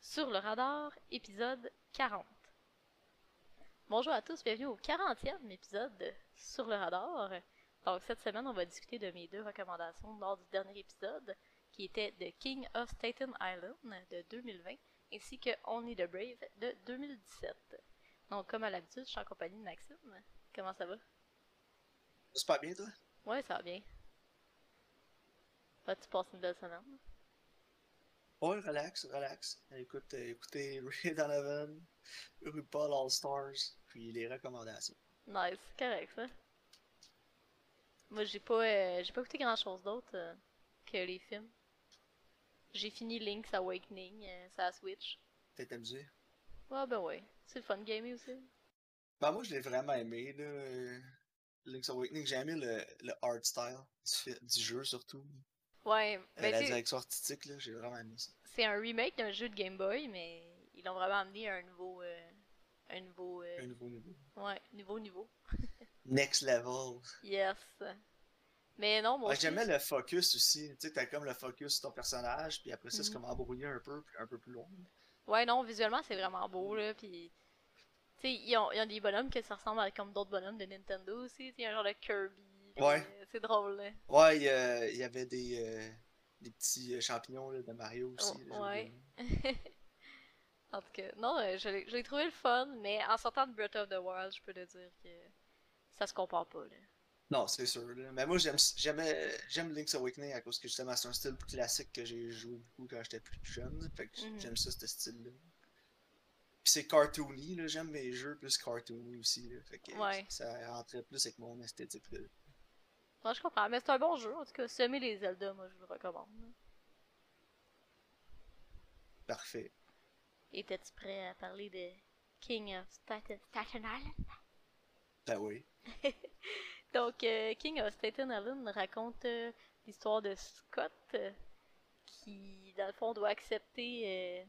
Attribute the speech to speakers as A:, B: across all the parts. A: Sur le radar, épisode 40. Bonjour à tous, bienvenue au 40e épisode de Sur le radar. Donc cette semaine, on va discuter de mes deux recommandations lors du dernier épisode, qui était The King of Staten Island de 2020, ainsi que Only the Brave de 2017. Donc comme à l'habitude, je suis en compagnie de Maxime. Comment ça va?
B: C'est pas bien, toi?
A: Ouais, ça va bien. Vas-tu passer une belle semaine?
B: Ouais, relax, relax. Écoute, euh, écoutez Ray Donovan, RuPaul All Stars, puis les recommandations.
A: Nice, c'est correct ça. Moi j'ai pas euh, j'ai pas écouté grand chose d'autre euh, que les films. J'ai fini Link's Awakening, euh, ça Switch.
B: T'es amusé?
A: Ouais ben ouais, c'est le fun de gamer aussi.
B: Ben, moi, je l'ai vraiment aimé, là. euh, Link's Awakening, j'ai aimé le, le art style du, fi- du jeu, surtout.
A: Ouais,
B: Euh,
A: ben
B: la
A: tu sais,
B: direction artistique, là, j'ai vraiment aimé ça.
A: c'est un remake d'un jeu de Game Boy, mais ils l'ont vraiment amené à un nouveau euh, un nouveau euh,
B: Un nouveau niveau.
A: ouais, nouveau niveau.
B: Next level.
A: Yes. Mais non, mon
B: Ouais, Ah, J'aimais le focus aussi. Tu sais, t'as comme le focus sur ton personnage, puis après ça, c'est
A: Mhm.
B: comme embrouillé un peu, puis un peu plus loin.
A: Ouais, non, visuellement, c'est vraiment beau, là, puis... Tu sais, ils ont, ils ont des bonhommes que ça ressemble à comme d'autres bonhommes de Nintendo aussi, tu sais, un genre de Kirby. puis,
B: Ouais.
A: euh, C'est drôle, là.
B: Ouais, il y a- il y avait des, euh, des petits euh, champignons là, de Mario aussi.
A: Oh,
B: là, j'ai
A: ouais.
B: oublié.
A: En tout cas, non, euh, je l'ai je l'ai trouvé le fun, mais en sortant de Breath of the Wild, je peux te dire que ça se compare pas, là.
B: Non, c'est sûr. là. Mais moi, j'aime, j'aimais- j'aime Link's Awakening à cause que justement, c'est un style plus classique que j'ai joué beaucoup quand j'étais plus jeune. Fait que
A: Mhm.
B: j'aime ça, ce style-là. Puis c'est cartoony, là. J'aime mes jeux plus cartoony aussi, là. Fait que
A: Ouais.
B: ça rentrait plus avec mon esthétique, là.
A: Non, je comprends, mais c'est un bon jeu, en tout cas, semer les Zelda, moi, je vous le recommande. là.
B: Parfait.
A: Étais-tu prêt à parler de King of Staten, Staten Island?
B: Ben oui.
A: Donc, euh, King of Staten Island raconte euh, l'histoire de Scott euh, qui, dans le fond, doit accepter euh,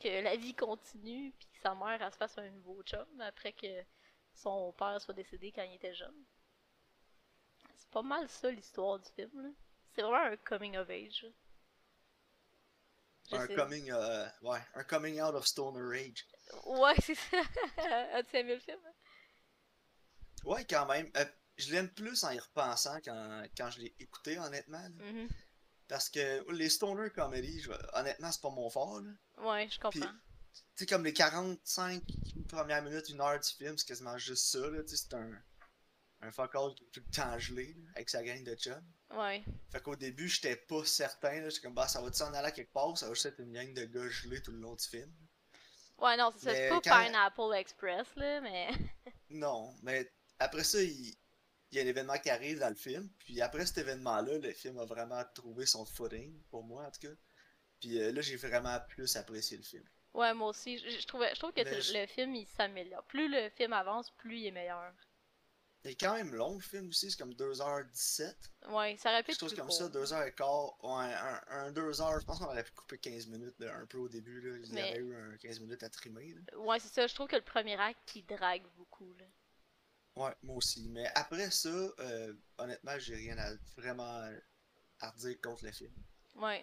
A: que la vie continue puis que sa mère elle se fasse un nouveau chum après que son père soit décédé quand il était jeune. C'est pas mal ça l'histoire du film. là. C'est vraiment un coming of age. Je
B: Un
A: sais-
B: coming, euh, ouais, un coming out of Stoner Age.
A: Ouais, c'est ça. As-tu aimé le film?
B: Ouais, quand même. Euh, je l'aime plus en y repensant quand, quand je l'ai écouté, honnêtement. là.
A: Mhm.
B: Parce que les Stoner Comedy, je vais- honnêtement, c'est pas mon fort, là.
A: Ouais, je comprends.
B: Puis, tu sais, comme les 45 premières minutes, une heure du film, c'est quasiment juste ça, là. Tu sais, c'est un, un fuck-all qui est tout le temps gelé, là, avec sa gang de chums.
A: Ouais.
B: Fait qu'au début, j'étais pas certain, là. J'étais comme, bah, ça va-tu s'en aller à quelque part ou ça va juste être une gang de gars gelés tout le long du film?
A: Ouais, non, c'est ça. C'est pas
B: Mais quand-
A: Pineapple Express, là, mais.
B: Non, mais après ça, il, il y a un événement qui arrive dans le film. Puis après cet événement-là, le film a vraiment trouvé son footing, pour moi, en tout cas. Puis euh, là, j'ai vraiment plus apprécié le film.
A: Ouais, moi aussi. Je, je trouvais, je trouve que
B: Mais
A: c'est-
B: je-
A: le film, il s'améliore. Plus le film avance, plus il est meilleur.
B: Il est quand même long, le film aussi. C'est comme 2h17.
A: Ouais, ça répète
B: Quelque chose
A: plus
B: comme
A: court.
B: ça, deux heures et quart, ouais, un, un deux heures, je pense qu'on aurait pu couper 15 minutes là, un peu au début, là. Il y
A: Mais-
B: aurait eu un 15 minutes à trimer. là.
A: Ouais, c'est ça. Je trouve que le premier acte, il drague beaucoup, là.
B: Ouais, moi aussi. Mais après ça, euh, honnêtement, j'ai rien à vraiment à redire contre le film.
A: Ouais.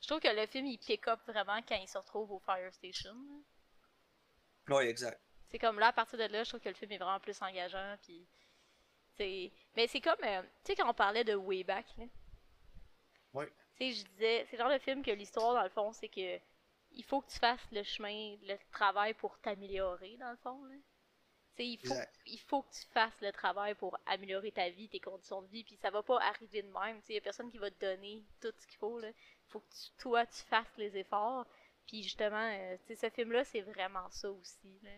A: Je trouve que le film, il pick up vraiment quand il se retrouve au Fire Station. là.
B: Ouais, exact.
A: C'est comme là, à partir de là, je trouve que le film est vraiment plus engageant, puis... c'est- Mais c'est comme... euh, tu sais, quand on parlait de Way Back, là...
B: Ouais.
A: Tu sais, je disais... C'est le genre de film que l'histoire, dans le fond, c'est que... Il faut que tu fasses le chemin, le travail pour t'améliorer, dans le fond, là. Tu sais, il faut,
B: Exact.
A: il faut que tu fasses le travail pour améliorer ta vie, tes conditions de vie, puis ça va pas arriver de même. Tu sais, il y a personne qui va te donner tout ce qu'il faut, là. faut que tu- toi, tu fasses les efforts. Puis justement, euh, tu sais, ce film-là, c'est vraiment ça aussi, là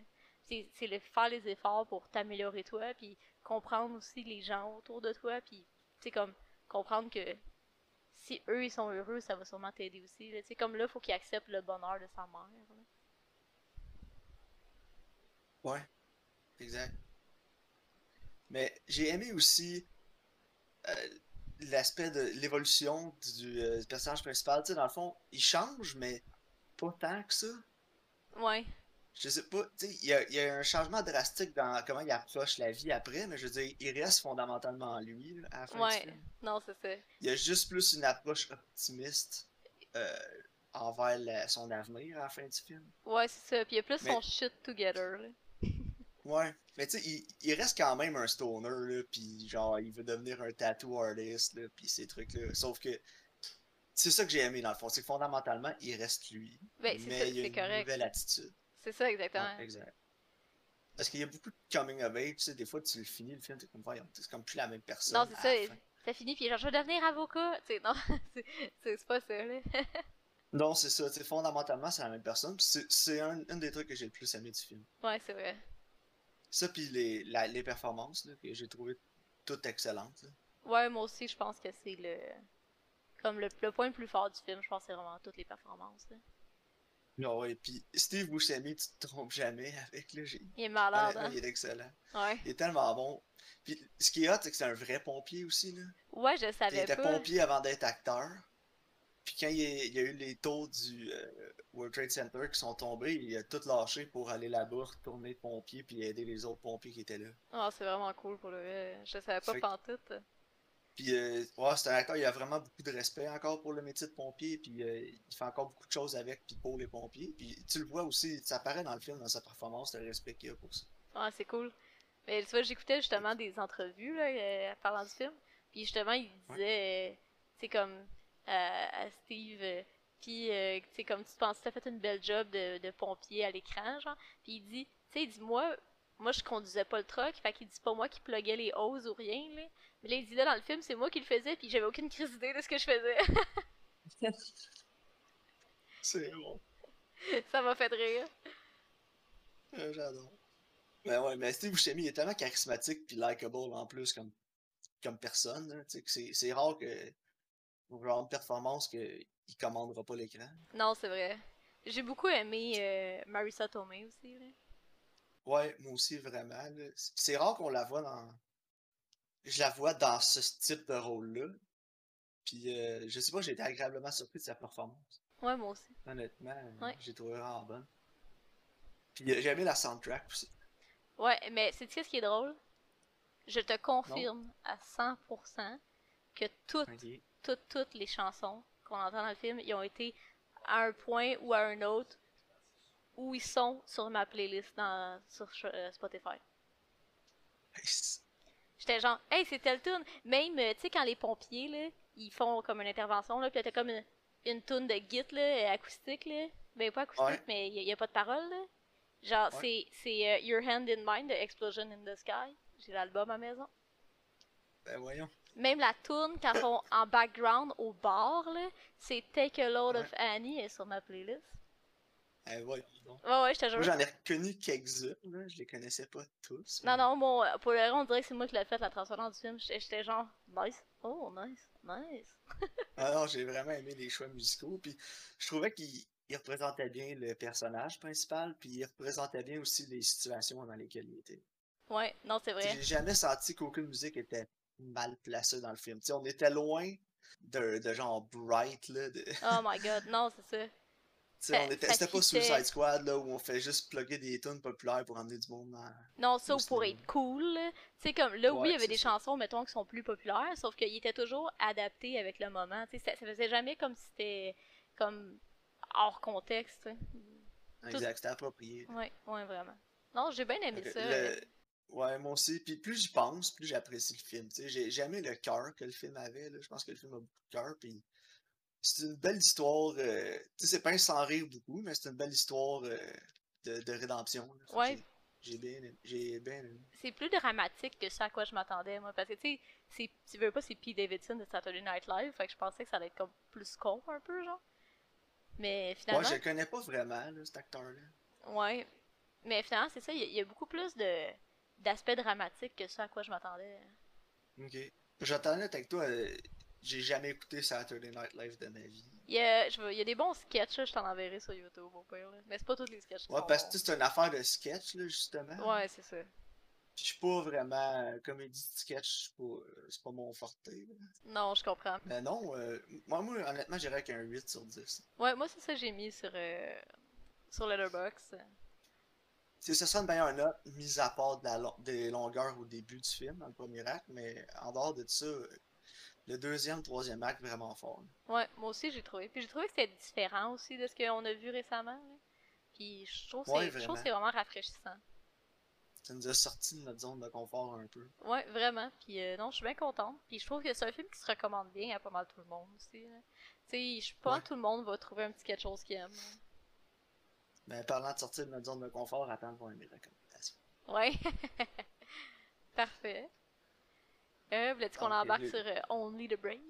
A: c'est c'est le faire les efforts pour t'améliorer toi puis comprendre aussi les gens autour de toi puis c'est comme comprendre que si eux ils sont heureux ça va sûrement t'aider aussi là. Tu sais, comme là faut qu'il accepte le bonheur de sa mère là.
B: Ouais, exact. Mais j'ai aimé aussi euh, l'aspect de l'évolution du, euh, du personnage principal. Tu sais, dans le fond, il change, mais pas tant que ça.
A: ouais
B: Je sais pas, tu sais, il y, a- il y a un changement drastique dans comment il approche la vie après, mais je veux dire, il reste fondamentalement lui là, à la fin du
A: ouais
B: film.
A: non c'est ça
B: Il y a juste plus une approche optimiste euh, envers la- son avenir à la fin du film.
A: Ouais, c'est ça. Puis il y a plus
B: Mais-
A: son shit together. là.
B: Ouais, mais tu sais, il, il reste quand même un stoner, là, pis genre, il veut devenir un tattoo artist, là, pis ces trucs-là. Sauf que, c'est ça que j'ai aimé, dans le fond, c'est que fondamentalement, il reste lui,
A: Ben, c'est ça,
B: mais il a
A: c'est
B: une
A: correct.
B: nouvelle Ah, attitude.
A: C'est ça,
B: Ouais,
A: exactement.
B: exact. Parce qu'il y a beaucoup de coming of age, tu sais, des fois, tu le finis, le film, t'es comme, voyons, c'est comme plus la même personne.
A: Non,
B: à
A: c'est
B: la
A: ça. et-
B: fin.
A: T'as fini, puis genre, je veux devenir avocat. Tu sais, non, c'est- c'est c'est pas ça, là.
B: Non, c'est ça, tu sais, fondamentalement, c'est la même personne, pis c'est- c'est un, un des trucs que j'ai le plus aimé du film.
A: Ouais, c'est vrai.
B: Ça, pis les, la- les performances, là, que j'ai trouvé toutes excellentes, là.
A: Ouais, moi aussi, je pense que c'est le. Comme le, le point le plus fort du film, je pense que c'est vraiment toutes les performances. là.
B: Genre, Ah ouais, pis Steve Buscemi, tu te trompes jamais avec, là, j'ai...
A: Il est malade,
B: Honnêtement,
A: hein?
B: il est excellent.
A: Ouais.
B: Il est tellement bon. Puis ce qui est hot, c'est que c'est un vrai pompier aussi. Là.
A: Ouais, je
B: Il
A: savais
B: était
A: pas.
B: pompier avant d'être acteur. Puis quand il, est- il y a eu les taux du euh, World Trade Center qui sont tombés, il a tout lâché pour aller là-bas, retourner pompier, puis aider les autres pompiers qui étaient là.
A: Non, Ah, c'est vraiment cool pour le vrai. Je savais pas
B: Fait que-
A: pantoute.
B: Puis euh, ouais, c'est un acteur, il a vraiment beaucoup de respect encore pour le métier de pompier, puis euh, il fait encore beaucoup de choses avec, puis pour les pompiers. Puis tu le vois aussi, ça apparaît dans le film, dans sa performance, le respect qu'il a pour ça.
A: Ouais, Ah, c'est cool. Mais tu vois, j'écoutais justement des entrevues là, euh, parlant du film. Puis justement, il disait, euh, tu sais, comme euh, à Steve, euh, puis euh, tu sais, comme tu penses, tu as fait une belle job de, de pompier à l'écran, genre. Puis il dit, tu sais, il dit, moi, moi, je conduisais pas le truck, fait qu'il dit pas moi qui pluguais les hoses ou rien, là. Mais là, il disait dans le film, c'est moi qui le faisais, puis j'avais aucune crise d'idée de ce que je faisais.
B: C'est bon.
A: Ça m'a fait rire.
B: Euh, J'adore. Mais ouais, mais Steve Buscemi, il est tellement charismatique puis likable en plus comme, comme personne. là, tu sais, que c'est, c'est rare que pour genre une performance qu'il commandera pas l'écran.
A: Non, c'est vrai. J'ai beaucoup aimé euh, Marissa Tomei aussi, là.
B: Ouais, moi aussi vraiment. là. C'est- C'est rare qu'on la voit dans. Je la vois dans ce type de rôle-là. Puis euh, je sais pas, j'ai été agréablement surpris de sa performance.
A: Ouais, moi aussi.
B: Honnêtement, euh,
A: Ouais.
B: j'ai trouvé vraiment bonne. Puis euh, j'ai aimé la soundtrack aussi.
A: Ouais, mais c'est tu ce qui est drôle? Je te confirme à 100% que toutes, toutes, toutes les chansons qu'on entend dans le film, ils ont été à un point ou à un autre où ils sont sur ma playlist dans, sur euh, Spotify. J'étais genre, hey, c'est telle tune. Même, euh, tu sais, quand les pompiers, là, ils font comme une intervention, là, pis là, t'as comme une, une tune de git, là, euh, acoustique, là. Ben, pas acoustique,
B: Ouais.
A: mais y a, y a pas de parole, là. Genre,
B: Ouais.
A: c'est, c'est euh, Your Hand in Mine de Explosion in the Sky. J'ai l'album à maison.
B: Ben voyons.
A: Même la tune qu'elles font en background au bar, là, c'est Take a Load of Annie, elle est sur ma playlist.
B: Ben voyons donc.
A: Ouais, ouais, je te jure.
B: Moi, j'en ai reconnu quelques-unes, là. Je les connaissais pas tous.
A: Non,
B: mais-
A: non, bon, euh, pour le reste, on dirait que c'est moi qui l'ai fait, la transformation du film. J'étais j'étais genre, nice. Oh, nice, nice.
B: Ah non, j'ai vraiment aimé les choix musicaux. Puis je trouvais qu'ils ils représentaient bien le personnage principal, puis ils représentaient bien aussi les situations dans lesquelles il était.
A: Ouais, non, c'est
B: Tu sais,
A: vrai.
B: J'ai jamais senti qu'aucune musique était mal placée dans le film. Tu sais, on était loin de, de genre Bright, là. de- tu
A: Oh my god, non, c'est ça.
B: sais, on
A: Ça-
B: était,
A: ça
B: c'était pas
A: fitait.
B: Suicide Squad, là, où on fait juste plugger des tunes populaires pour emmener du monde dans...
A: Non, ça,
B: Ou
A: pour
B: sinon-
A: être cool. là. Tu sais, comme là, oui,
B: Ouais,
A: il y avait
B: c'est
A: des
B: ça.
A: chansons, mettons, qui sont plus populaires, sauf qu'ils étaient toujours adaptés avec le moment. Tu sais, ça, ça faisait jamais comme si c'était comme hors contexte. tu sais.
B: Exact, c'était approprié.
A: Ouais, ouais, vraiment. Non, j'ai bien aimé
B: Le-
A: ça. euh,
B: le- Ouais, moi aussi. Puis plus j'y pense, plus j'apprécie le film. Tu sais, j'ai jamais le cœur que le film avait. là. Je pense que le film a beaucoup de cœur. Puis c'est une belle histoire. euh, Tu sais, c'est pas un sans rire beaucoup, mais c'est une belle histoire euh, de, de rédemption. là. Fait que
A: Ouais.
B: J'ai j'ai bien, aimé- j'ai bien aimé.
A: C'est plus dramatique que ce à quoi je m'attendais, moi. Parce que, tu sais, c'est- tu veux pas, c'est Pete Davidson de Saturday Night Live. Fait que je pensais que ça allait être comme plus con, un peu, genre. Mais
B: Moi,
A: finalement.
B: je le connais pas vraiment, là, cet acteur-là.
A: Ouais. Mais finalement, c'est ça, il y, a- il y a beaucoup plus de d'aspects dramatiques que ce à quoi je m'attendais.
B: Ok. J'attendais avec toi. euh, j'ai jamais écouté Saturday Night Live de ma vie.
A: Il y a, je veux- il y a des bons sketchs, là, je t'en enverrai sur YouTube au pire. là. Mais c'est pas tous les sketchs. qui
B: Ouais,
A: sont
B: parce
A: bons.
B: que tu sais, c'est une affaire de sketch, là, justement.
A: Oh. Ouais, c'est ça.
B: Puis Je suis pas vraiment euh, comédie de sketch, c'est pas, euh, c'est pas mon forte. là.
A: Non, je comprends.
B: Mais non, euh, moi, moi, honnêtement, j'irais avec un 8 sur 10.
A: Ouais, moi, c'est ça que j'ai mis sur, euh, sur Letterboxd.
B: C'est ce serait une meilleure note, mis à part de la lo- des longueurs au début du film, dans le premier acte, mais en dehors de ça, euh, le deuxième, troisième acte vraiment fort. là.
A: Ouais, moi aussi j'ai trouvé. Puis j'ai trouvé que c'était différent aussi de ce qu'on a vu récemment. là. Puis je trouve que
B: Ouais,
A: c'est- je trouve
B: vraiment.
A: que c'est vraiment rafraîchissant.
B: Ça nous a sorti de notre zone de confort un peu.
A: Ouais, vraiment. Puis euh, non, je suis bien contente. Puis je trouve que c'est un film qui se recommande bien à pas mal tout le monde aussi. là. Tu sais, je pense
B: Ouais.
A: que tout le monde va trouver un petit quelque chose qu'il aime. là.
B: Mais parlant de sortir de notre zone de confort, attends pour mes recommandations.
A: Ouais. Parfait. Euh, voulais-tu qu'on
B: Ok,
A: embarque
B: le-
A: sur euh, Only the Brave?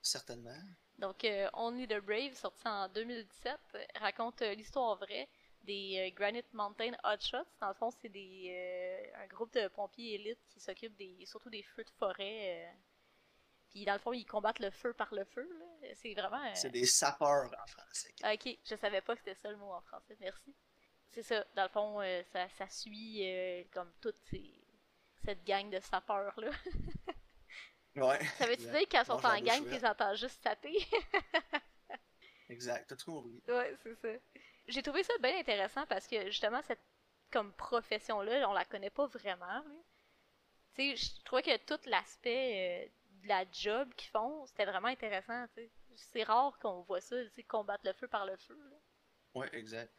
B: Certainement.
A: Donc, euh, Only the Brave, sorti en 2017, euh, raconte euh, l'histoire vraie des euh, Granite Mountain Hotshots. Dans le fond, c'est des euh, un groupe de pompiers élites qui s'occupent des, surtout des feux de forêt. euh. Puis, dans le fond, ils combattent le feu par le feu. là. C'est vraiment. euh, Ah,
B: C'est des sapeurs en français.
A: Ok, je savais pas que c'était ça le mot en français, merci. C'est ça, dans le fond, euh, ça, ça suit euh, comme toute ces- cette gang de sapeurs-là.
B: Ouais.
A: Ça veut-tu
B: Exact.
A: dire qu'elles sont
B: Mange la
A: en
B: bouche
A: gang,
B: ouverte.
A: qu'ils entendent juste taper?
B: Exact. T'as tout compris.
A: Ouais, c'est ça. J'ai trouvé ça bien intéressant parce que justement, cette comme profession-là, on la connaît pas vraiment. là. Tu sais, je trouvais que tout l'aspect euh, de la job qu'ils font, c'était vraiment intéressant. tu sais. C'est rare qu'on voit ça, tu sais, combattre le feu par le feu. là.
B: Ouais, exact.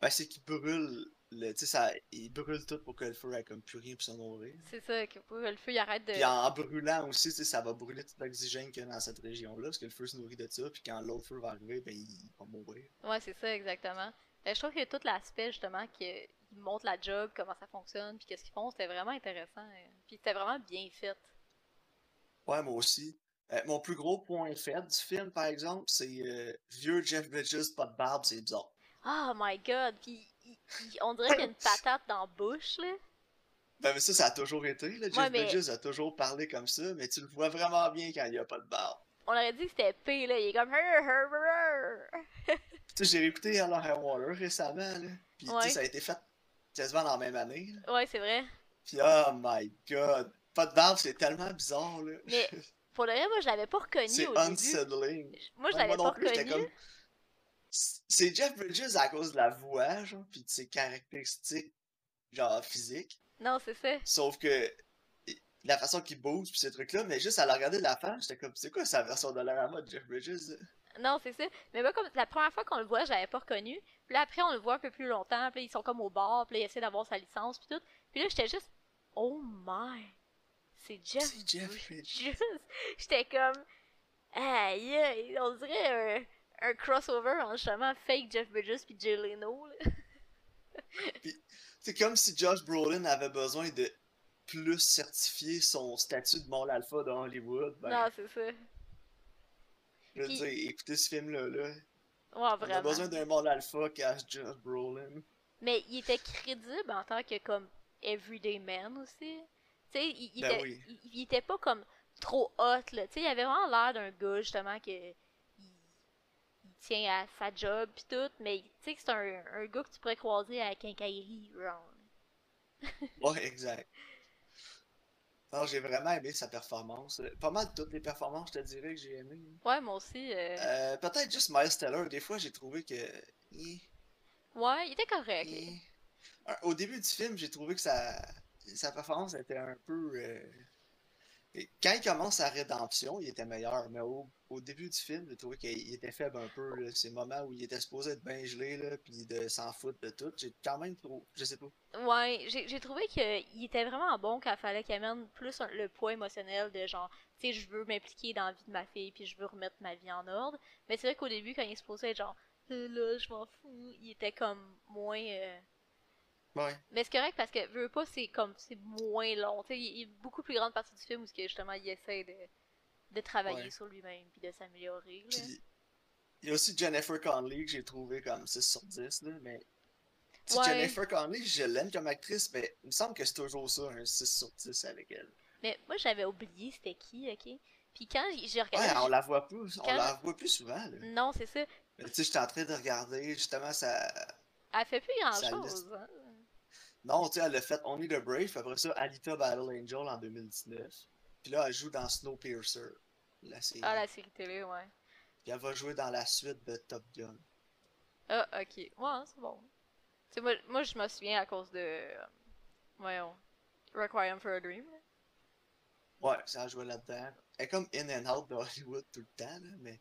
B: Ben, c'est qu'ils brûlent. Le, tu sais, ça, ils brûlent tout pour que le feu ait comme plus rien pour se nourrir.
A: C'est ça, que pour que le feu il arrête de.
B: Puis en brûlant aussi, tu sais, ça va brûler tout l'oxygène qu'il y a dans cette région-là, parce que le feu se nourrit de ça, puis quand l'autre feu va arriver, ben il va mourir.
A: Ouais, c'est ça, exactement. Ben, je trouve que tout l'aspect, justement, qu'ils montrent la job, comment ça fonctionne, puis qu'est-ce qu'ils font, c'était vraiment intéressant. hein. Puis c'était vraiment bien fait.
B: Ouais, moi aussi. Euh, mon plus gros point faible du film, par exemple, c'est euh, vieux Jeff Bridges, pas de barbe, c'est bizarre.
A: Oh my god! Puis il- il- on dirait qu'il y a une patate dans la bouche, là.
B: Ben, mais ça, ça a toujours été. Là. Jeff
A: Ouais, mais-
B: Bridges a toujours parlé comme ça, mais tu le vois vraiment bien quand il a pas de barbe.
A: On aurait dit que c'était P, là. Il est comme. Hur, hur, hur, hur.
B: Tu sais, j'ai réécouté Hello High Water récemment, là. Puis, tu
A: Ouais.
B: sais, ça a été fait quasiment dans la même année, là.
A: Ouais, c'est vrai.
B: Puis, oh my god, pas de barbe, c'est tellement bizarre, là.
A: Mais pour le vrai, moi, je l'avais pas reconnu
B: C'est
A: au début.
B: unsettling.
A: Moi, je
B: Ouais,
A: l'avais pas
B: non plus, j'étais
A: reconnu.
B: comme- C- C'est Jeff Bridges à cause de la voix, genre, puis de ses caractéristiques, genre, physiques.
A: Non, c'est ça.
B: Sauf que i- la façon qu'il bouge, puis ces trucs-là, mais juste à la regarder de la femme, j'étais comme, c'est quoi sa version de la de Jeff Bridges? là?
A: Non, c'est ça. Mais moi, comme la première fois qu'on le voit, je l'avais pas reconnu. Puis là, après, on le voit un peu plus longtemps. Puis là, ils sont comme au bar. Puis là, ils essaient d'avoir sa licence. Puis tout. Puis là, j'étais juste. Oh my! C'est Jeff.
B: C'est Jeff
A: Bridges. J'étais comme. Aïe, aïe, on dirait un, un crossover en justement fake Jeff Bridges puis Jay Leno. là.
B: C'est comme si Josh Brolin avait besoin de plus certifier son statut de mâle alpha dans Hollywood. Ben,
A: Non, c'est ça.
B: je veux
A: puis-
B: dire, écoutez ce film-là, là.
A: Ouais,
B: On a
A: vraiment.
B: besoin d'un mâle alpha cache Josh Brolin.
A: Mais il était crédible en tant que comme everyday man aussi. Tu sais, il, il
B: Ben
A: était,
B: oui.
A: il, il était pas comme trop hot là. Tu sais, il avait vraiment l'air d'un gars justement que il, il tient à sa job pis tout, mais tu sais que c'est un, un gars que tu pourrais croiser à la quincaillerie, genre.
B: Ouais, exact. Alors, j'ai vraiment aimé sa performance. Pas mal toutes les performances, je te dirais, que j'ai aimé.
A: Ouais, moi aussi. euh,
B: Euh, Peut-être juste Miles Teller. Des fois, j'ai trouvé que. Eh,
A: Ouais, il était correct.
B: eh. Un- Au début du film, j'ai trouvé que sa, sa performance était un peu. euh, et Quand il commence sa rédemption, il était meilleur. Mais au, au début du film, j'ai trouvé qu'il était faible un peu. là. Ces moments où il était supposé être bien gelé, là, puis de s'en foutre de tout, j'ai quand même trop. Je sais pas.
A: Ouais, j'ai j'ai trouvé qu'il était vraiment bon quand il fallait qu'il amène plus un- le poids émotionnel de genre, tu sais, je veux m'impliquer dans la vie de ma fille, puis je veux remettre ma vie en ordre. Mais c'est vrai qu'au début, quand il se posait être genre, Euh, là, je m'en fous, il était comme moins. euh,
B: Ouais.
A: Mais c'est correct parce que, veux pas, c'est comme, c'est moins long. Tu sais, il y a beaucoup plus grande partie du film où ce que, justement il essaie de, de travailler
B: Ouais.
A: sur lui-même, puis de s'améliorer. là.
B: Puis, il y a aussi Jennifer Connelly que j'ai trouvé comme 6 sur 10, là, mais. Tu sais,
A: Ouais.
B: Jennifer Connelly, je l'aime comme actrice, mais il me semble que c'est toujours ça, un 6 sur 10 avec elle.
A: Mais moi, j'avais oublié c'était qui, ok? Puis quand j'ai- j'ai regardé.
B: Ouais, on
A: j'ai-
B: la voit plus, on
A: quand- Mm.
B: la voit plus souvent, là.
A: Non, c'est ça.
B: Mais tu sais, j'étais en train de regarder, justement, ça...
A: Elle fait plus
B: Ça
A: grand-chose. hein.
B: Non, tu sais, elle a fait Only the Brave, puis après ça, Alita Battle Angel en 2019. Puis là, elle joue dans Snowpiercer, la série.
A: Ah, la série télé, ouais.
B: Puis elle va jouer dans la suite de Top Gun.
A: Ah, ok. Ouais, hein, c'est bon. Tu sais, moi, moi, je me souviens à cause de. euh, Voyons. Requiem for a Dream. là.
B: Ouais, ça a joué là-dedans. Elle est comme in and out de Hollywood tout le temps, là, mais.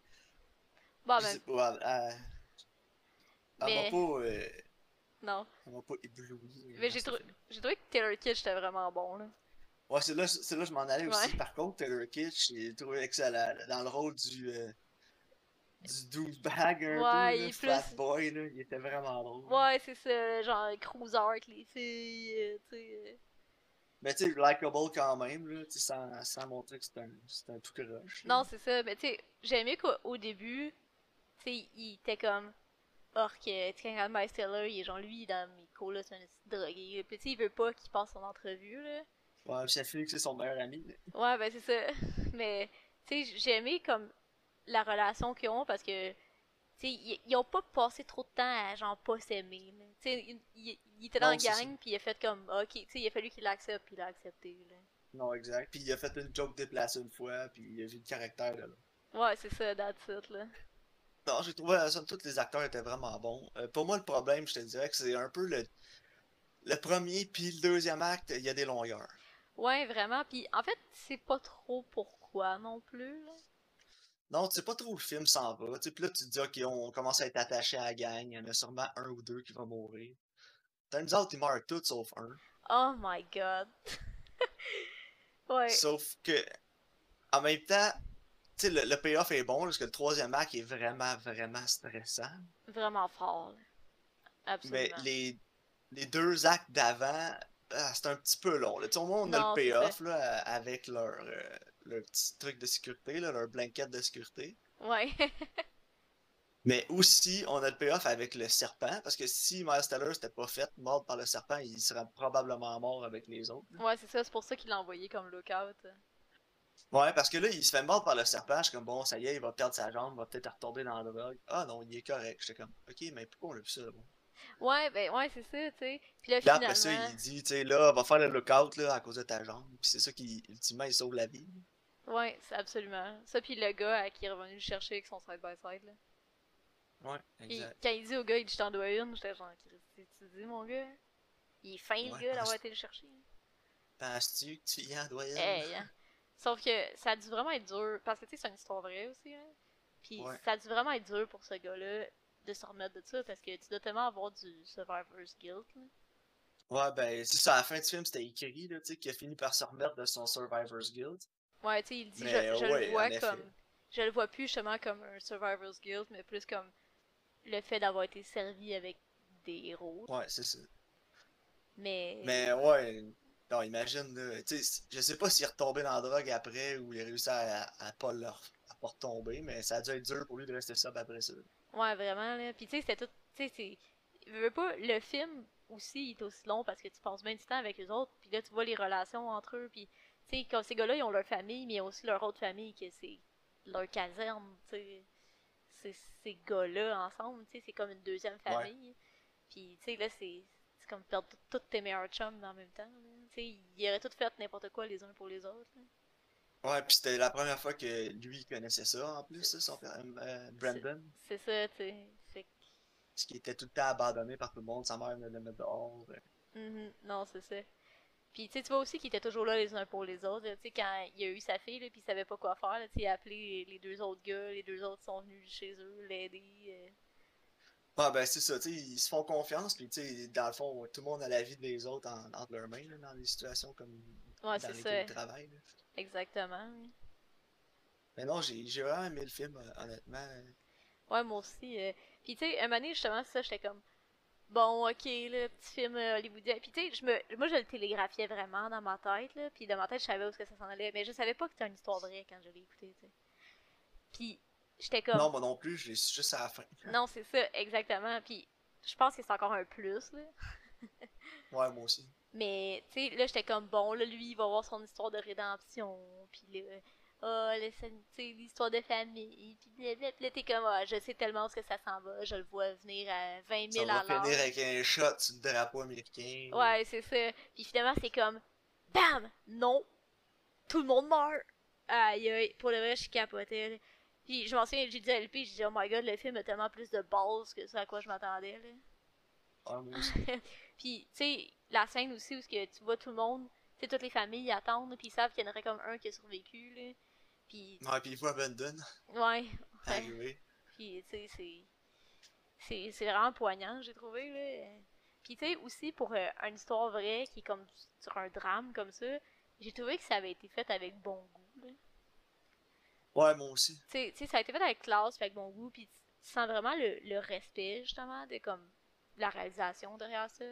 A: Bon,
B: je
A: ben,
B: sais pas, elle, elle- elle
A: Mais-
B: m'a pas. euh,
A: non.
B: elle m'a pas ébloui.
A: Mais j'ai
B: trouvé.
A: trou- J'ai trouvé que Taylor Kitsch était vraiment bon, là.
B: Ouais, c'est là, c'est là que je m'en allais aussi.
A: Ouais.
B: Par contre, Taylor Kitsch, j'ai trouvé excellent dans le rôle du. euh, du douchebag, un
A: Ouais,
B: peu,
A: il
B: là,
A: est
B: frat
A: plus-
B: boy, là, il était vraiment drôle.
A: Ouais, c'est ça, genre cruiser avec les filles, euh, tu sais.
B: Mais tu sais, likable quand même, là, tu sais, sans, sans montrer que c'est un, c'est un tout croche. là.
A: Non, c'est ça, mais tu sais, j'aimais qu'au au début, tu sais, il était comme. Or que, tu sais, quand Miles Taylor, il est genre lui, dans mes cours, là, c'est un petit drogué. là. Puis tu sais, il veut pas qu'il passe son entrevue, là.
B: Ouais, puis ça finit que c'est son meilleur ami. là.
A: Ouais, ben c'est ça. Mais, tu sais, j'ai aimé comme la relation qu'ils ont parce que, tu sais, ils ils ont pas passé trop de temps à genre pas s'aimer. là. Tu sais, il, il- il était dans
B: Non,
A: la
B: c'est ça.
A: gang, puis il a fait comme, ok, tu sais, il a fallu qu'il l'accepte, puis il l'a accepté. Là.
B: Non, exact. Puis il a fait une joke déplacée une fois, puis il a vu le caractère, là.
A: Ouais, c'est ça, that's it, là.
B: Non, j'ai trouvé, la somme toute, les acteurs étaient vraiment bons. Euh, pour moi, le problème, je te dirais que c'est un peu le, le premier, puis le deuxième acte, il y a des longueurs.
A: Ouais, vraiment. Puis en fait, c'est pas trop pourquoi non plus. Là.
B: Non, tu sais pas trop où le film s'en va. Tu sais, puis là, tu te dis, OK, on commence à être attaché à la gang. Il y en a sûrement un ou deux qui vont mourir. Turns out, ils meurent tous sauf un.
A: Oh my god. ouais.
B: Sauf que, en même temps, tu sais, le, le payoff est bon, là, parce que le troisième acte est vraiment, vraiment stressant.
A: Vraiment fort. là. Absolument.
B: Mais les, les deux actes d'avant, ah, c'est un petit peu long. Là. Tu sais, Au moins, on a
A: Non,
B: le
A: c'est
B: payoff là, à- avec leur, euh, leur petit truc de sécurité, là, leur blanket de sécurité.
A: Ouais.
B: Mais aussi, on a le payoff avec le serpent, parce que si Miles Teller s'était pas fait mordre par le serpent, il serait probablement mort avec les autres.
A: ouais, c'est ça. C'est pour ça qu'il l'a envoyé comme lookout.
B: Ouais, parce que là, il se fait mordre par le serpent, je suis comme bon, ça y est, il va perdre sa jambe, il va peut-être retomber dans la drogue. Ah non, il est correct. J'étais comme, ok, mais pourquoi on l'a vu ça? Bon.
A: Ouais, ben ouais, c'est ça, tu sais. Puis là,
B: Puis là,
A: finalement,
B: après ça, il dit, tu sais, là, va faire le lookout là, à cause de ta jambe. Puis c'est ça qui, ultimement, il sauve la vie.
A: ouais, c'est absolument. Ça, puis le gars à qui est revenu le chercher avec son side-by-side, là.
B: Ouais,
A: Puis
B: exact.
A: quand il dit au gars, il dit, je t'en dois une, j'étais genre, Christy, tu dis, mon gars? Il est fin, le
B: Ouais,
A: gars, d'avoir
B: parce-
A: été le chercher.
B: Penses-tu que tu y en dois y aller?
A: Hey, hein. Sauf que ça a dû vraiment être dur, parce que, tu sais, c'est une histoire vraie aussi, hein. Puis
B: Ouais.
A: ça a dû vraiment être dur pour ce gars-là de se remettre de ça, parce que tu dois tellement avoir du survivor's guilt, là.
B: Ouais, ben, c'est ça, à la fin du film, c'était écrit, là, tu sais, qu'il a fini par se remettre de son Survivor's Guild.
A: Ouais, tu sais, il dit,
B: Mais
A: je, je
B: ouais,
A: le
B: en
A: vois
B: effet.
A: comme. Je le vois plus justement comme un survivor's guilt, mais plus comme le fait d'avoir été servi avec des héros.
B: Ouais, c'est ça.
A: Mais.
B: Mais ouais, non, imagine, là, tu sais, je sais pas s'il est retombé dans la drogue après ou il a réussi à, à pas le re- à pas retomber, mais ça a dû être dur pour lui de rester sobre après ça.
A: Ouais, vraiment, là. Puis tu sais, c'était tout. Tu sais, c'est. je veux pas, le film aussi il est aussi long parce que tu passes bien du temps avec les autres, puis là, tu vois les relations entre eux, puis. Tu sais, comme ces gars-là, ils ont leur famille, mais ils ont aussi leur autre famille, que c'est leur caserne, tu sais. C'est- Ces gars-là ensemble, tu sais, c'est comme une deuxième
B: Ouais.
A: famille. Puis, tu sais, là, c'est c'est comme perdre tout- tous tes meilleurs chums en même temps. là. Tu sais, ils auraient tout fait n'importe quoi les uns pour les autres. là.
B: Ouais, puis c'était la première fois que lui il connaissait ça en plus, là, son père, euh, Brandon,
A: C'est ça, tu sais. Fait que-
B: parce qu'il était tout le temps abandonné par tout le monde, sa mère venait de le mettre dehors. euh.
A: Mhm, non, c'est ça. Puis, tu sais, tu vois aussi qu'ils étaient toujours là les uns pour les autres. là. Tu sais, quand il a eu sa fille, là, puis il savait pas quoi faire, là, tu sais, il a appelé les deux autres gars, les deux autres sont venus chez eux l'aider. euh.
B: Ouais, ben c'est ça, tu sais, ils se font confiance, puis tu sais, dans le fond, tout le monde a la vie des autres en- entre leurs mains, là, dans des situations comme
A: Ouais,
B: dans
A: c'est
B: lesquelles
A: ça.
B: ils travaillent. là.
A: Exactement. oui.
B: Mais non, j'ai j'ai vraiment aimé le film, euh, honnêtement.
A: Ouais, moi aussi. euh. Puis, tu sais, un moment donné, justement, ça, j'étais comme, bon, ok, le petit film euh, hollywoodien. Puis, tu sais, je me- moi, je le télégraphiais vraiment dans ma tête, là. Puis, dans ma tête, je savais où est-ce que ça s'en allait. Mais je savais pas que c'était une histoire vraie quand je l'ai écouté, tu sais. Puis, j'étais comme,
B: Non,
A: non,
B: moi non plus, je l'ai su juste à la fin.
A: c'est ça, exactement. Puis, je pense que c'est encore un plus, là.
B: Ouais, moi aussi.
A: Mais, tu sais, là, j'étais comme, bon, là, lui, il va avoir son histoire de rédemption, puis là, ah, le san- tu sais, l'histoire de famille, puis blablabla. Puis là, t'es comme, ah, je sais tellement où est-ce que ça s'en va, je le vois venir à 20
B: Ça
A: 000
B: va
A: à l'heure.
B: finir avec un shot sur le drapeau américain.
A: Ouais, c'est ça. Puis finalement, c'est comme, bam, non, tout le monde meurt. Aïe, aïe, pour le vrai, je capotais. là. Puis je m'en souviens, j'ai dit à LP, j'ai dit, oh my god, le film a tellement plus de balles que ce à quoi je m'attendais, là.
B: Ouais, Ah, moi aussi.
A: Puis, tu sais, la scène aussi où ce que tu vois tout le monde, tu sais, toutes les familles attendent, puis ils savent qu'il y en aurait comme un qui a survécu, là. Puis,
B: Ouais, puis il voit Abandon
A: ouais. ouais.
B: arriver.
A: Puis, tu sais, c'est- c'est. C'est vraiment poignant, j'ai trouvé, là. Puis, tu sais, aussi, pour euh, une histoire vraie qui est comme sur un drame comme ça, j'ai trouvé que ça avait été fait avec bon goût, là.
B: Ouais, moi aussi.
A: Tu sais- tu sais, ça a été fait avec classe, fait avec bon goût, puis tu sens vraiment le, le respect, justement, de comme la réalisation derrière ça.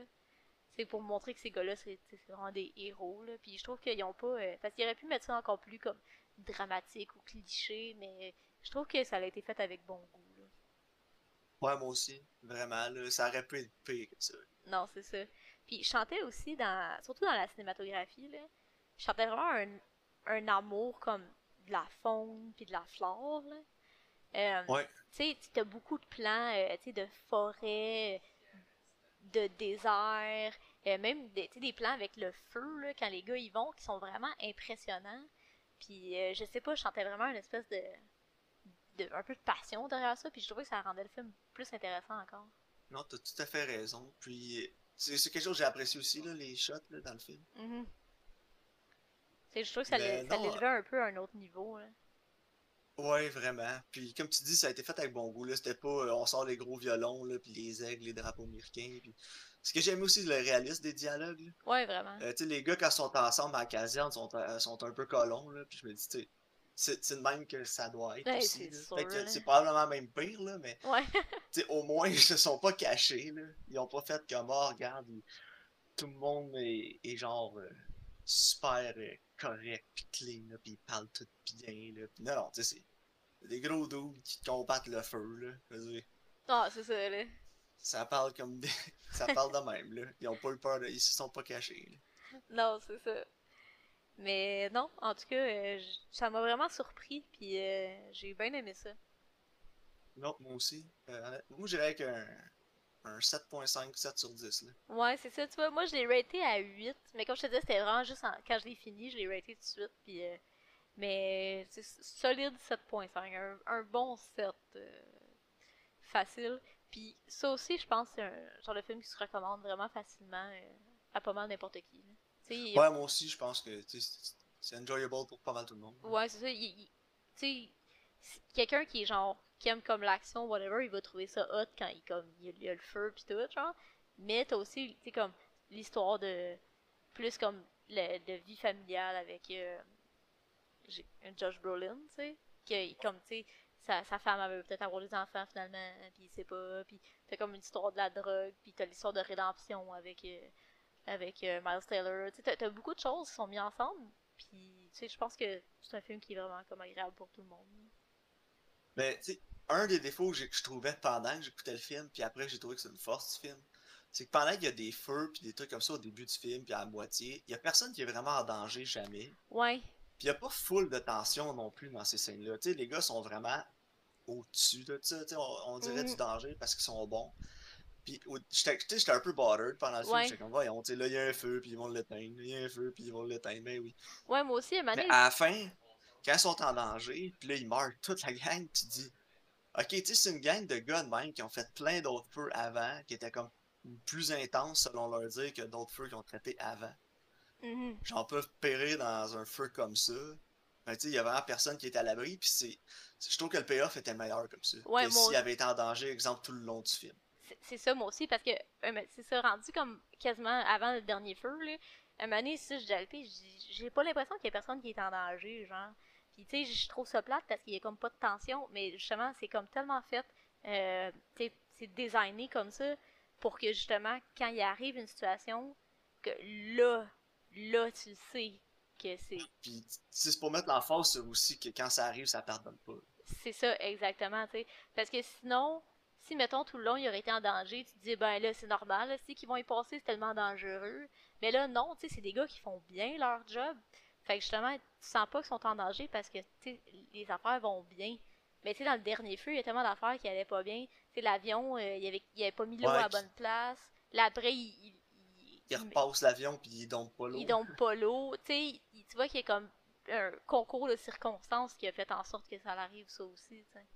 A: C'est pour montrer que ces gars-là, c'est tu sais, c'est vraiment des héros, là. Puis je trouve qu'ils ont pas. euh, parce qu'ils auraient pu mettre ça encore plus comme dramatique ou cliché, mais je trouve que ça a été fait avec bon goût, là.
B: Ouais, moi aussi. Vraiment, là, ça aurait pu être pire que ça.
A: Non, c'est ça. Puis je chantais aussi dans surtout dans la cinématographie là, je chantais vraiment un, un amour comme de la faune puis de la flore là. Euh,
B: Ouais.
A: Tu sais, tu as beaucoup de plans, euh, tu sais, de forêt, de désert, euh, même des, tu sais, des plans avec le feu là, quand les gars y vont, qui sont vraiment impressionnants. Puis euh, je sais pas, je chantais vraiment une espèce de, de un peu de passion derrière ça, puis je trouvais que ça rendait le film plus intéressant encore.
B: Non, t'as tout à fait raison. Puis, c'est c'est quelque chose que j'ai apprécié aussi, là, les shots là, dans le film.
A: Mhm. C'est- Je trouve que ça
B: Mais
A: l'é- ça
B: non,
A: l'élevait un peu à un autre niveau. hein. là.
B: Ouais, vraiment. Puis, comme tu dis, ça a été fait avec bon goût, là. C'était pas euh, on sort les gros violons, là, puis les aigles, les drapeaux américains. Puis... Ce que j'aime aussi, c'est le réalisme des dialogues, là.
A: Ouais, vraiment.
B: Euh, tu sais, les gars, quand ils sont ensemble à la caserne, sont, euh, sont un peu colons, là. Puis, je me dis, tu sais, c'est c'est de même que ça doit être
A: Ouais,
B: aussi,
A: c'est
B: là.
A: sûr, hein.
B: Fait que
A: là.
B: c'est probablement même pire, là, mais.
A: Ouais.
B: T'sais, au moins, ils se sont pas cachés, là. Ils ont pas fait comme, oh, regarde, il- tout le monde est, est genre euh, super euh, correct, pis clean, là, pis ils parlent tout bien, là. Pis non, non, tu sais, c'est des gros dudes qui combattent le feu, là. Je veux dire,
A: Ah, c'est ça, là.
B: ça parle comme des... ça parle de même, là. Ils ont pas eu peur, de- ils se sont pas cachés, là.
A: Non, c'est ça. Mais non, en tout cas, euh, j- ça m'a vraiment surpris, puis euh, j'ai bien aimé ça.
B: Non, moi aussi. Euh, honnêtement, moi, j'irais avec un, un 7.5, 7 sur 10, là.
A: Ouais, c'est ça, tu vois. Moi, je l'ai raté à 8, mais comme je te disais, c'était vraiment juste en- quand je l'ai fini, je l'ai raté tout de suite, puis. euh, Mais c'est s- solide 7.5, un, un bon 7. euh, facile. Puis ça aussi, je pense, c'est un genre de film qui se recommande vraiment facilement euh, à pas mal n'importe qui. là. Tu sais, il-
B: Ouais, moi aussi, je pense que, tu sais, c'est- c'est enjoyable pour pas mal tout le monde.
A: Ouais, c'est ça. il- il- Tu sais, si- quelqu'un qui est genre, qui aime comme l'action, whatever, il va trouver ça hot quand il, comme, il, y a- il y a le feu pis tout, genre. Mais t'as aussi, tu sais, comme, l'histoire de, plus comme, le- de vie familiale avec euh, j'ai- Josh Brolin, tu sais. Que, comme, tu sais, sa, sa femme, elle veut peut-être avoir des enfants finalement, pis il sait pas, pis t'as comme une histoire de la drogue, pis t'as l'histoire de rédemption avec, euh, avec euh, Miles Taylor. Tu sais, t'as- t'as beaucoup de choses qui sont mises ensemble, puis, tu sais, je pense que c'est un film qui est vraiment comme agréable pour tout le monde.
B: Mais tu sais, un des défauts que j'ai- que je trouvais pendant que j'écoutais le film, puis après j'ai trouvé que c'est une force du film, c'est que pendant qu'il y a des feux puis des trucs comme ça au début du film, puis à la moitié, il y a personne qui est vraiment en danger jamais.
A: Ouais,
B: Puis il y a pas full de tension non plus dans ces scènes-là. Tu sais, les gars sont vraiment au-dessus de ça, tu sais, on, on dirait
A: Mhm.
B: du danger parce qu'ils sont bons. Puis au- j'étais tu sais, j'étais un peu bothered pendant le film,
A: Ouais.
B: j'étais comme voyons, tu sais, là il y a un feu puis ils vont l'éteindre, il y a un feu puis ils vont l'éteindre, mais oui.
A: ouais, moi aussi, à un moment
B: Mais
A: donné,
B: à la fin, quand ils sont en danger, puis là, ils meurent toute la gang, tu dis, ok, tu sais, c'est une gang de gars de même qui ont fait plein d'autres feux avant, qui étaient comme plus intenses, selon leur dire, que d'autres feux qu'ils ont traités avant.
A: mhm,
B: J'en peux périr dans un feu comme ça. Mais tu sais, il y a vraiment personne qui était à l'abri, puis c'est. c'est- Je trouve que le payoff était meilleur comme ça.
A: Ouais, moi
B: que s'il
A: aussi.
B: avait été en danger, exemple, tout le long du film.
A: c'est- c'est ça, moi aussi, parce que euh, mais c'est ça, rendu comme quasiment avant le dernier feu, là, à un moment donné, si je dis j'ai pas l'impression qu'il y a personne qui est en danger, genre. Puis, tu sais, je trouve ça plate parce qu'il y a comme pas de tension, mais justement, c'est comme tellement fait, euh, tu sais, c'est designé comme ça pour que justement, quand il arrive une situation, que là, là, tu le sais que c'est
B: Puis tu sais, c'est pour mettre l'emphase sur aussi que quand ça arrive, ça pardonne pas.
A: C'est ça, exactement, tu sais. Parce que sinon, si, mettons, tout le long, il aurait été en danger, tu te dis, ben là, c'est normal, là, c'est qu'ils vont y passer, c'est tellement dangereux. Mais là, non, tu sais, c'est des gars qui font bien leur job. Fait que justement, tu sens pas qu'ils sont en danger parce que, tu sais, les affaires vont bien. Mais tu sais, dans le dernier feu, il y a tellement d'affaires qui allaient pas bien. Tu sais, l'avion, euh, il, avait, il avait pas mis l'eau
B: Ouais,
A: à la
B: qui-
A: bonne place. Là, après, il... il- il-
B: Ils
A: il-
B: repassent l'avion, puis ils donnent pas l'eau.
A: ils donnent pas l'eau. Tu sais, il- tu vois qu'il y a comme un concours de circonstances qui a fait en sorte que ça arrive, ça aussi, tu sais.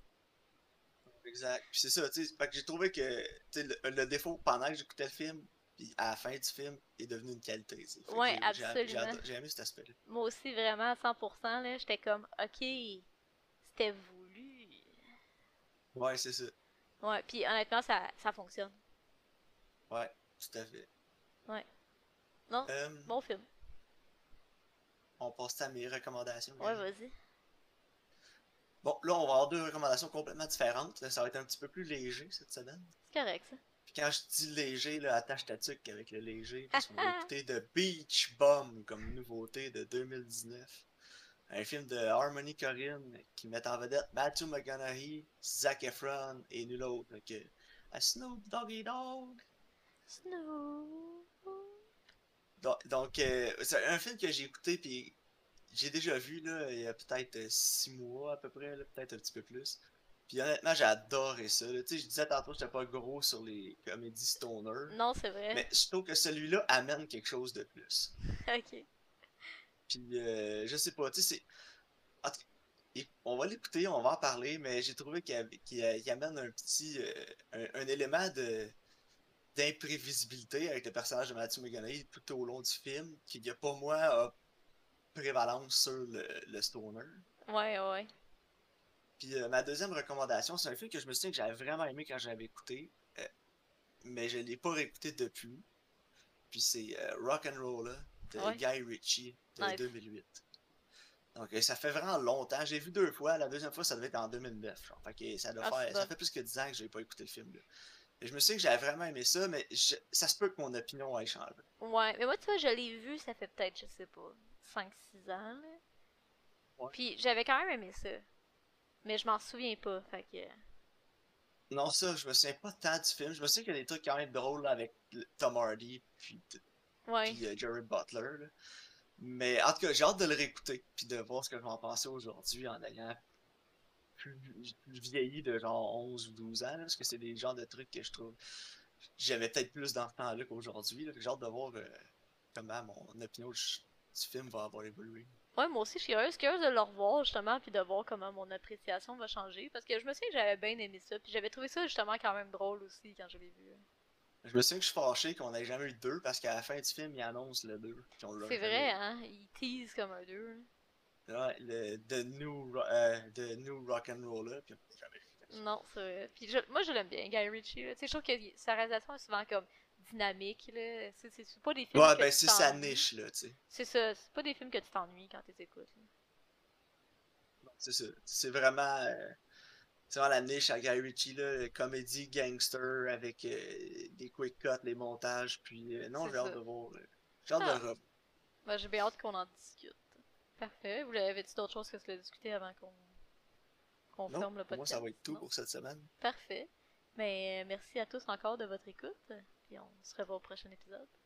B: Exact. Puis c'est ça, tu sais. Fait que j'ai trouvé que tu sais, le, le défaut pendant que j'écoutais le film, Puis à la fin du film, est devenu une qualité. tu sais. Fait que
A: Ouais,
B: j'ai- j'ai- j'ai
A: absolument.
B: ado- J'ai aimé cet aspect-là.
A: Moi aussi, vraiment, à 100%, là, j'étais comme, ok, c'était voulu.
B: Ouais, c'est ça.
A: Ouais, puis honnêtement, ça, ça fonctionne.
B: Ouais, tout à fait.
A: Ouais. Non,
B: Euh,
A: Bon film.
B: On passe à mes recommandations.
A: Ouais,
B: Gary.
A: vas-y.
B: Bon, là, on va avoir deux recommandations complètement différentes. Là, Ça va être un petit peu plus léger cette semaine.
A: C'est correct, ça.
B: Puis quand je dis léger, là, attache ta tuque avec le léger. Parce qu'on va écouter The Beach Bum comme nouveauté de 2019. Un film de Harmony Corinne qui met en vedette Matthew McConaughey, Zac Efron et nul autre que à Snoop Doggy Dogg.
A: Snow.
B: Donc, donc, euh, c'est un film que j'ai écouté puis j'ai déjà vu là, il y a peut-être euh, six mois à peu près, là, peut-être un petit peu plus. Puis honnêtement, j'ai adoré ça. là. Tu sais, je disais tantôt que j'étais pas gros sur les comédies stoner.
A: Non, c'est vrai.
B: Mais je trouve que celui-là amène quelque chose de plus.
A: Ok.
B: Puis euh, je sais pas, tu sais, c'est. en tout cas, é- on va l'écouter, on va en parler, mais j'ai trouvé qu'il y avait- qu'il y a- il amène un petit. euh, un, un élément de d'imprévisibilité avec le personnage de Matthew McConaughey tout au long du film, qui, a pas moi, a prévalence sur le, le stoner.
A: Ouais, ouais.
B: Puis euh, ma deuxième recommandation, c'est un film que je me souviens que j'avais vraiment aimé quand j'avais écouté, euh, mais je l'ai pas réécouté depuis. Puis c'est euh, Rock'n'Roller de
A: Ouais.
B: Guy Ritchie de
A: Nice.
B: 2008. Donc euh, ça fait vraiment longtemps. J'ai vu deux fois. La deuxième fois, ça devait être en 2009. Genre. Fait que ça doit
A: Ah, c'est
B: faire, ça
A: bon.
B: fait plus que 10 ans que j'ai pas écouté le film. Là. Et je me souviens que j'avais vraiment aimé ça, mais je- ça se peut que mon opinion ait changé.
A: Ouais, mais moi, tu vois, je l'ai vu, ça fait peut-être, je sais pas, 5-6 ans, là.
B: Ouais.
A: Puis j'avais quand même aimé ça. Mais je m'en souviens pas, fait que.
B: Non, ça, je me souviens pas tant du film. Je me souviens qu'il y a des trucs quand même drôles là, avec le- Tom Hardy puis
A: Ouais.
B: puis euh, Jared Butler. là. Mais en tout cas, j'ai hâte de le réécouter puis de voir ce que je vais en pensais aujourd'hui en ayant plus, plus vieilli de genre 11 ou 12 ans, là, parce que c'est des genres de trucs que je trouve j'avais peut-être plus dans ce temps-là qu'aujourd'hui. là. J'ai hâte de voir euh, comment mon opinion du du film va avoir évolué.
A: Ouais, moi aussi, je suis curieuse, curieuse de le revoir, justement, puis de voir comment mon appréciation va changer. Parce que je me souviens que j'avais bien aimé ça, puis j'avais trouvé ça, justement, quand même drôle aussi quand je l'ai vu.
B: Je me souviens que je suis fâché qu'on n'ait jamais eu le 2 parce qu'à la fin du film, il annonce le 2.
A: C'est vrai, hein? Il tease comme un deux. hein. là.
B: Ouais, le The New, Ro- euh, The New Rock'n'Roller, puis on l'a jamais vu.
A: Non, c'est vrai. Puis je- moi, je l'aime bien, Guy Ritchie. là. Tu sais, je trouve que y- sa réalisation est souvent comme dynamique. là. C'est- C'est c'est pas des films.
B: Ouais,
A: que
B: ben
A: tu
B: c'est sa
A: t'ennuies.
B: niche, là, tu sais.
A: C'est ça. C'est pas des films que tu t'ennuies quand tu les écoutes. là.
B: C'est ça. C'est vraiment, euh, c'est vraiment la niche à Guy Ritchie, là, comédie gangster avec euh, des quick cuts, les montages. Puis euh, non,
A: C'est
B: j'ai hâte
A: ça.
B: de voir. euh, j'ai hâte de
A: Ah.
B: le revoir.
A: Ben, J'ai bien hâte qu'on en discute. Parfait. Vous avez-tu d'autres choses que se le discuter avant qu'on qu'on
B: Non,
A: ferme le
B: pour moi,
A: podcast?
B: ça va être tout
A: Non?
B: pour cette semaine.
A: Parfait. Mais euh, merci à tous encore de votre écoute. Puis on se revoit au prochain épisode.